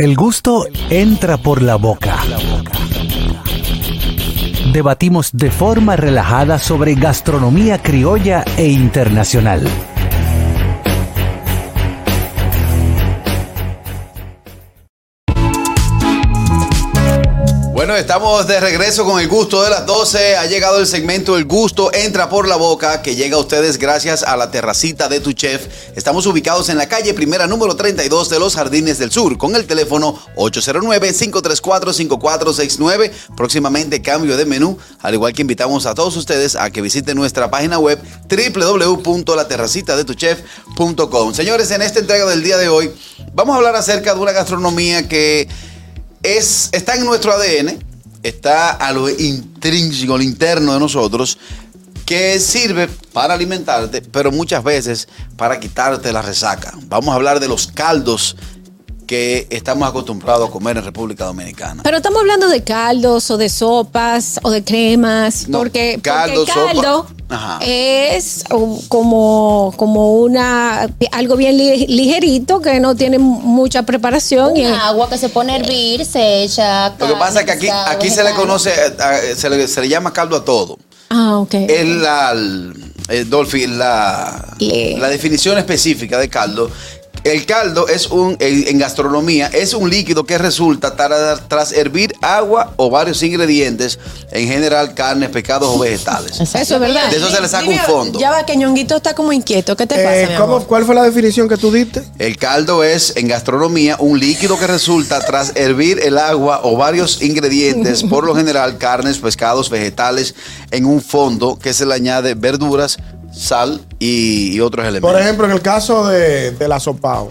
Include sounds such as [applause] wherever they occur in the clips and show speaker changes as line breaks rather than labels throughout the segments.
El gusto entra por la boca. Debatimos de forma relajada sobre gastronomía criolla e internacional.
Bueno, estamos de regreso con el gusto de las 12. Ha llegado el segmento El gusto entra por la boca, que llega a ustedes gracias a la terracita de tu chef. Estamos ubicados en la calle primera número 32 de los Jardines del Sur, con el teléfono 809-534-5469. Próximamente cambio de menú, al igual que invitamos a todos ustedes a que visiten nuestra página web www.laterracitadetuchef.com. Señores, en esta entrega del día de hoy vamos a hablar acerca de una gastronomía que es, está en nuestro ADN, está a lo intrínseco, lo interno de nosotros, que sirve para alimentarte, pero muchas veces para quitarte la resaca. Vamos a hablar de los caldos que estamos acostumbrados a comer en República Dominicana.
Pero estamos hablando de caldos o de sopas o de cremas,
No,
porque,
caldo,
porque caldo
sopa. Ajá.
es um, como, como una algo bien li- ligerito que no tiene mucha preparación. y-
Un agua que se pone a hervir, se echa.
Lo que pasa es que aquí,
carne,
aquí se le
vegetales.
conoce, eh, eh, se le, se le llama caldo a todo.
ah, ok.
Es la, el Dolphy, la,
Le-
la definición específica de caldo. El caldo es un, en en gastronomía, es un líquido que resulta tras, tras hervir agua o varios ingredientes, en general carnes, pescados o vegetales.
Eso es verdad.
De eso se le saca un
Dime,
fondo.
Ya va, que Ñonguito está como inquieto. ¿Qué te
Eh,
pasa, mi
¿cómo-
amor?
¿Cuál fue la definición que tú diste?
El caldo es, en gastronomía, un líquido que resulta tras hervir el agua o varios ingredientes, por lo general carnes, pescados, vegetales, en un fondo que se le añade verduras, sal y, y otros elementos.
Por ejemplo, en el caso de, del asopado.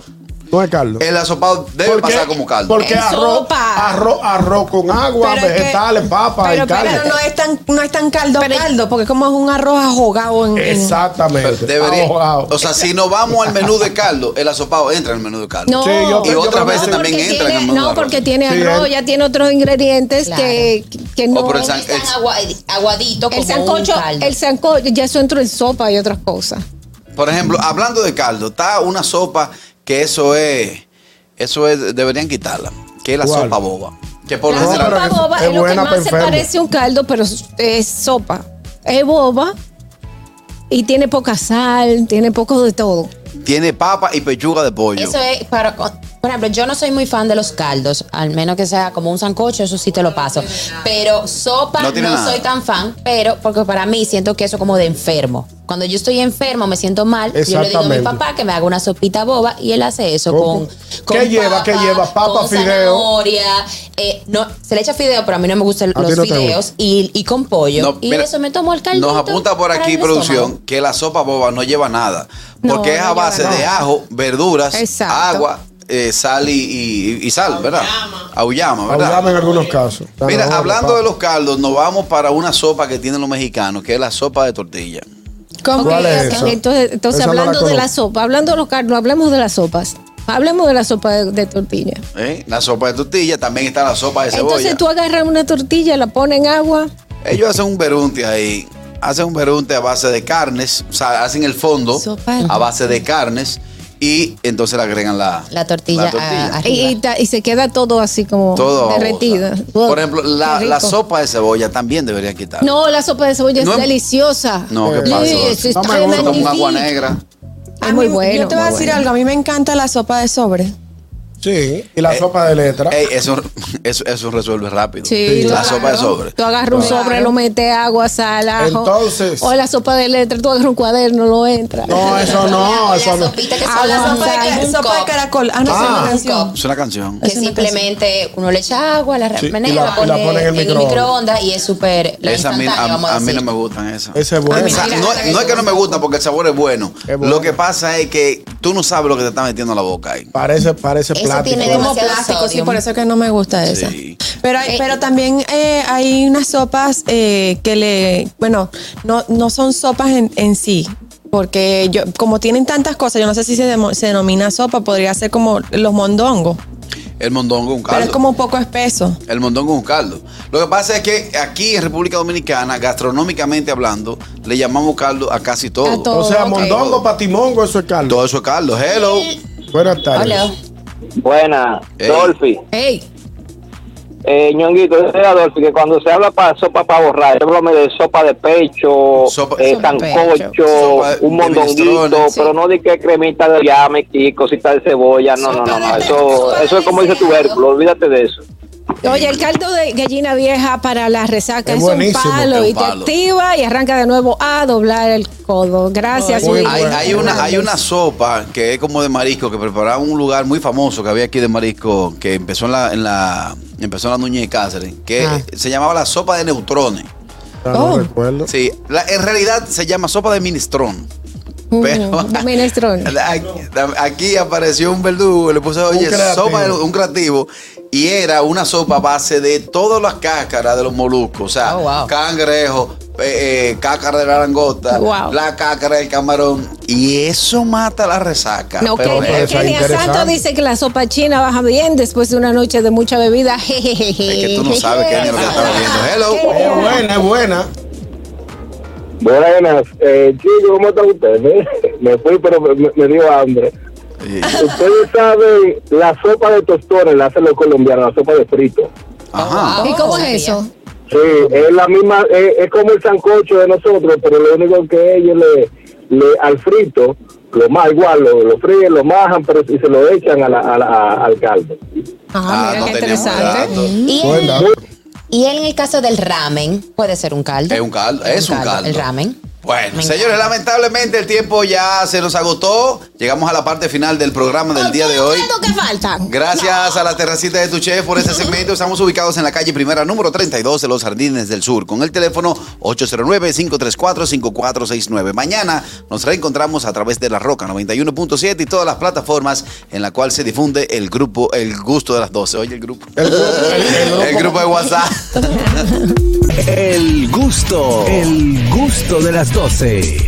No es caldo.
El asopado Eh, debe
¿Por qué?
pasar como caldo.
Porque
En
arroz,
sopa.
arroz, arroz con agua,
Pero es que-
vegetales, papas
pero-
y carne.
Pero no es tan, no es tan caldo
Pero-
caldo, porque como es un arroz ahogado en. en-
Exactamente.
Debería.
Ahogado.
O sea, si no vamos al menú de caldo, el asopado entra en el menú de caldo.
No,
Sí, yo-
y
yo
otras
creo que
veces
sí.
también
porque
entra en el
tiene,
menú de
no,
arroz.
porque tiene
Sí,
arroz,
él-
ya tiene otros ingredientes
Claro.
que, que no.
Oh, pero el san-
Es tan
el-
agua- aguadito como
el sancocho,
un caldo.
el sancocho, ya eso entró en sopa y otras cosas.
Por ejemplo, hablando de caldo, está una sopa que eso es. Eso es. Deberían quitarla. Que es la
¿Cuál?
sopa boba. Que por lo
La
No,
general-
pero
sopa
es-
boba
es
es, lo que
buena
más
para
se
enfermos.
parece a un caldo, pero es sopa. Es boba y tiene poca sal, tiene poco de todo.
tiene papa y pechuga de pollo.
Eso es para. Por ejemplo, yo no soy muy fan de los caldos, al menos que sea como un sancocho, eso sí te lo paso. Pero sopa
No
no,
tiene nada.
soy tan fan, pero porque para mí siento que eso como de enfermo. Cuando yo estoy enfermo, me siento mal, yo le digo a mi
Exactamente.
papá que me haga una sopita boba y él hace eso
Ojo.
con, con
¿Qué lleva? ¿Qué lleva? Papa,
con
fideo.
zanahoria, eh, no, se le echa fideo, pero a mí no me gustan
ti
los
no te
fideos y, y con pollo.
No,
y
mira,
eso me tomo el caldito.
Nos apunta por
para
aquí,
el estómago.
producción, que la sopa boba no lleva nada.
No,
Porque es
no
a
lleva
base de
nada.
ajo, verduras,
Exacto.
agua, eh, sal y, y- y sal, ¿verdad? Aullama, ¿verdad?
Ahogado en algunos casos.
Mira,
Zanahoria,
hablando de
papa.
los caldos, nos vamos para una sopa que tienen los mexicanos, que es la sopa de tortilla.
¿Cómo
¿Cuál
que-
es
ok,
esa?
Entonces, entonces
Esa no la
hablando de la
conozco.
sopa, hablando de los caldos, hablemos de las sopas. Hablemos de la sopa de, de tortilla.
¿eh? La sopa de tortilla, también está la sopa de cebolla.
Entonces tú agarras una tortilla, la pones en agua.
Ellos hacen un berunte ahí. Hacen un berunte a base de carnes. O sea, hacen el fondo
Sopa de
a base de carnes. Y entonces le agregan la,
La tortilla
la tortilla.
a- a-
Y, y ta- y se queda todo así como
Todo babosa.
derretido.
Por ejemplo, la,
Qué
la
rico.
sopa de cebolla también deberían quitar.
No, la sopa de cebolla
No
es
es-
deliciosa.
No, ¿qué pasó?
Sí, eso
No
está
me gusta.
Con agua
magnífico.
negra.
A
Es muy
mí-
bueno.
Yo te voy a
muy
decir
bueno.
algo. A mí me encanta la sopa de sobre.
Sí, y la
Eh,
sopa de letra.
Ey, eso, eso, eso resuelve rápido.
Sí,
la
claro.
sopa de sobre.
Tú agarras un
Claro.
sobre, lo metes agua, sal, ajo.
Entonces-
O la sopa de letras, tú agarras un cuaderno, lo entras.
no, eso no,
La
eso no.
sopita que
Ah,
se
la
llama
sopa
sal,
de-
un
sopa de
cop.
caracol. Ah, no, esa es una
Ah.
canción.
Es una canción.
que simplemente uno le echa agua, la
Sí,
remenea,
y
la,
la- y la
pone
pone en el microondas.
microondas y es súper la
Esa a mí,
instantánea,
a-
vamos a
a mí no
decir.
me gustan esas.
Esa es buena.
O sea,
Mira,
no,
esa que
no es que no me gustan porque el sabor es bueno.
Es bueno.
Lo que pasa es que tú no sabes lo que te está metiendo en la boca ahí.
Parece, parece
Eso
plástico.
tiene
¿eh?
Como
Demasiado
plástico, sí,
sodio.
por eso que no me gusta esa.
Sí.
Pero, hay- pero también eh, hay unas sopas eh, que le. Bueno, no, no son sopas en, en sí. Porque yo, como tienen tantas cosas, yo no sé si se, demo- se denomina sopa, podría ser como los mondongos.
El mondongo es un caldo.
Pero es como un poco espeso.
El mondongo es un caldo. Lo que pasa es que aquí en República Dominicana, gastronómicamente hablando, le llamamos caldo a casi todo.
A todo.
O sea,
Ok.
mondongo, patimongo, eso es caldo.
Todo eso es caldo. Hello.
Buenas tardes.
Hola.
Buena,
Ey.
Dolphy.
¡Ey!
Eh, Ñonguito, dice a Dolphy que cuando se habla para sopa para borrar, se habla de sopa de pecho,
Sopa-
eh,
Sopa de
sancocho,
Sopa de
un mondonguito,
minestrone.
pero no de que cremita de llame y cositas de cebolla. No, no, no, no. Eso, eso es como dice tubérculo, olvídate de eso.
Oye, el caldo de gallina vieja para la resaca
Es
es, un
buenísimo.
palo
Es
y
un palo.
te activa y arranca de nuevo a doblar el codo. Gracias.
Muy
Luis.
Hay, hay una, hay una sopa que es como de marisco que preparaba un lugar muy famoso que había aquí de marisco que empezó en la, en la empezó en la Núñez de Cáceres que
Ah.
se llamaba la sopa de neutrones.
Ya no
Oh.
recuerdo.
Sí, la- en realidad se llama sopa de minestrón. Pero [laughs]
de minestrón.
Aquí, aquí apareció un verdugo, le puso, oye,
creativo.
sopa de un creativo. Y era una sopa a base de todas las cáscaras de los moluscos. O sea,
Oh, wow.
cangrejo, eh, eh, cáscara de la langosta,
Wow.
la cáscara del camarón. Y eso mata la resaca.
No,
pero
que,
eso es
Kenia Santo
interesante.
dice que la sopa china baja bien después de una noche de mucha bebida. [laughs]
es que tú no sabes qué es lo que está bebiendo. Hello.
Es buena, es buena.
Buenas, eh, chicos, ¿cómo están ustedes? [laughs] Me fui, pero me, me dio hambre.
Sí.
Ustedes saben, la sopa de tostones la hacen los colombianos, la sopa de frito.
Oh,
Ajá.
¿Y cómo es eso?
Sí, es la misma, es, es como el sancocho de nosotros, pero lo único que ellos le, le al frito, lo más igual, lo, lo fríen, lo majan, pero y se lo echan a la- a la- a- al caldo.
Ah,
Ah,
mira
no
qué
teníamos
interesante.
datos.
Y
Buen
en,
dato.
y en el caso del ramen, puede ser un caldo.
Es un caldo, es un caldo.
El ramen.
Bueno,
Me
señores, lamentablemente el tiempo ya se nos agotó. Llegamos a la parte final del programa del día de hoy.
¿Cuánto que falta?
Gracias a la terracita de tu chef por este segmento. Estamos ubicados en la calle primera, número 32 de los Jardines del Sur, con el teléfono 809-534-5469. Mañana nos reencontramos a través de La Roca 91.7 y todas las plataformas en la cual se difunde el grupo El Gusto de las 12. Oye, el grupo. El, grupo de WhatsApp. [laughs]
El gusto, el gusto de las 12.